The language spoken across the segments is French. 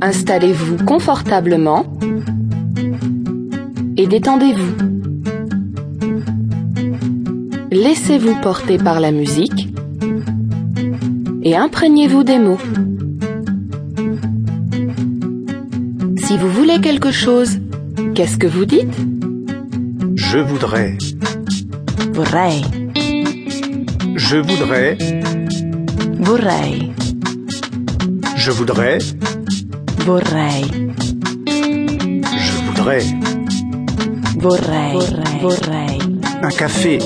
Installez-vous confortablement et détendez-vous. Laissez-vous porter par la musique et imprégnez-vous des mots. Si vous voulez quelque chose, qu'est-ce que vous dites Je voudrais. Vorrei, Je voudrais. vorrei, Je voudrais. vorrei, Je voudrais. vorrei, vorrei, vorrei. Un café.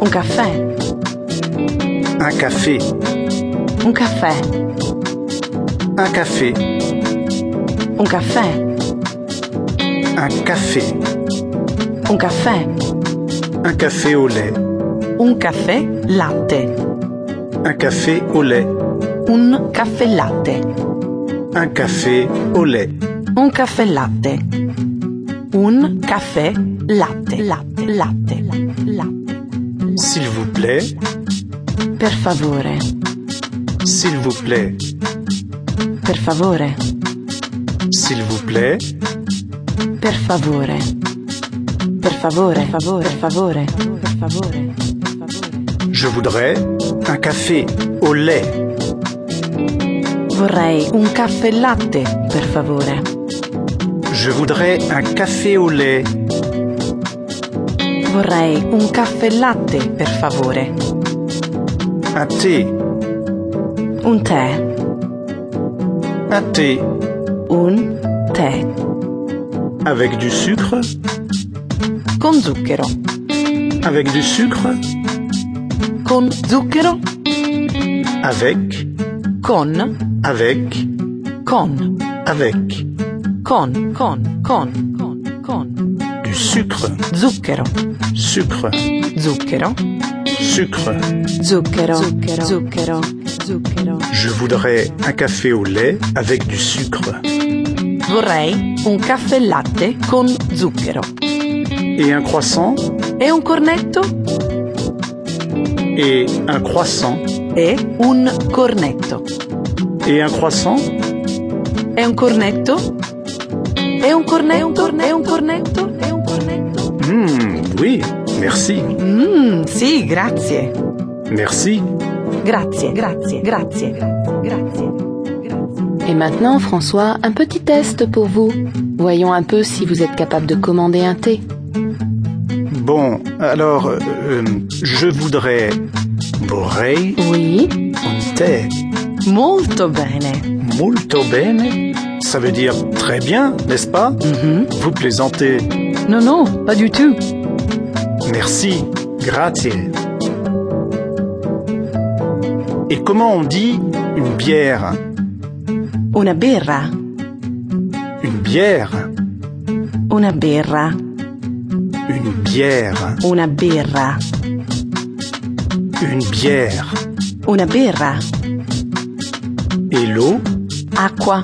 Un caffè, Un café. un caffè, Un café. un caffè, Un café. un caffè, Un café au lait. un caffè latte, Un café au lait. un caffè latte, Un café au lait. un caffè latte, un caffè latte, latte, latte, latte, latte. S'il vous plaît. Per favore, S'il vous plaît. per favore, S'il vous plaît. per favore, per favore, per favore, per favore, per favore. Je voudrais. Un café au lait. Vorrei un caffè latte, per favore. Je voudrais un café au lait. Vorrei un caffè latte, per favore. Un thé. Un tè, Un thé. un tè, Avec du sucre. con zucchero, Avec du sucre. con zucchero, Avec. con, Avec. con, Avec. con, con, con, con, con, Du sucre. zucchero, Sucre. zucchero, Sucre. zucchero, zucchero, zucchero, zucchero. Je voudrais un café au lait avec du sucre Vorrei un caffè latte con zucchero. et un croissant E un cornetto? et un croissant E un cornetto. et un croissant È un cornetto? È un cornetto? È un cornetto? È un cornetto? È un cornetto? Hmm, oui, merci, Mmm, sì, grazie. merci. Grazie, grazie, grazie, grazie, grazie. grazie. Et maintenant, François, un petit test pour vous. Voyons un peu si vous êtes capable de commander un thé. Bon, alors, euh, euh, je voudrais vorrei Oui, un tè Molto bene. molto bene. Ça veut dire très bien, n'est-ce pas Mhm. Vous plaisantez. No, no, pas du tout. Merci, grazie. Et comment on dit une bière Una birra, Une bière una birra, Une bière, una birra, une bière. una birra. Et l'eau, Acqua,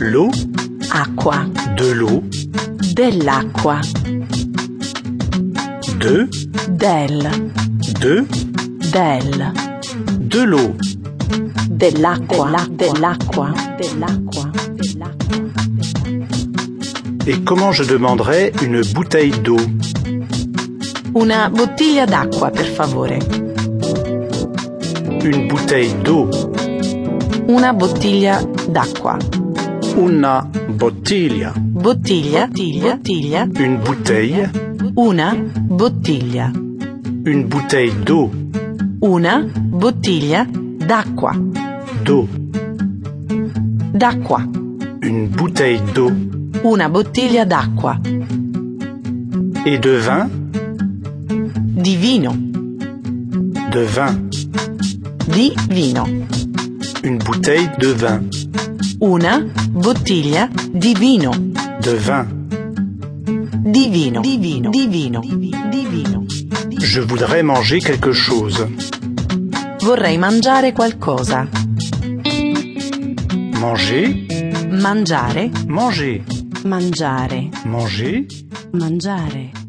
l'eau, acqua, de l'eau, dell'acqua, de, del, de, del, de l'eau. dell'acqua, dell'acqua, dell'acqua, dell'acqua. Et comment je demanderais une bouteille d'eau Una bottiglia d'acqua, per favore. Une bouteille d'eau. Una bottiglia d'acqua. Una bottiglia. Bottiglia, bottiglia, bottiglia. Une bouteille, Una bottiglia. une bouteille d'eau. Una bottiglia d'acqua. D'eau. D'acqua. Une bouteille d'eau. Una bottiglia d'acqua. Et de vin, Di vino. de vin. Di vino. Une bouteille de vin. Una bottiglia di vino. De vin. Di vino. Di vino. Di vino. Di vino. Je voudrais manger quelque chose. Vorrei mangiare qualcosa. Manger, Mangiare. manger, Mangiare. manger. Mangiare.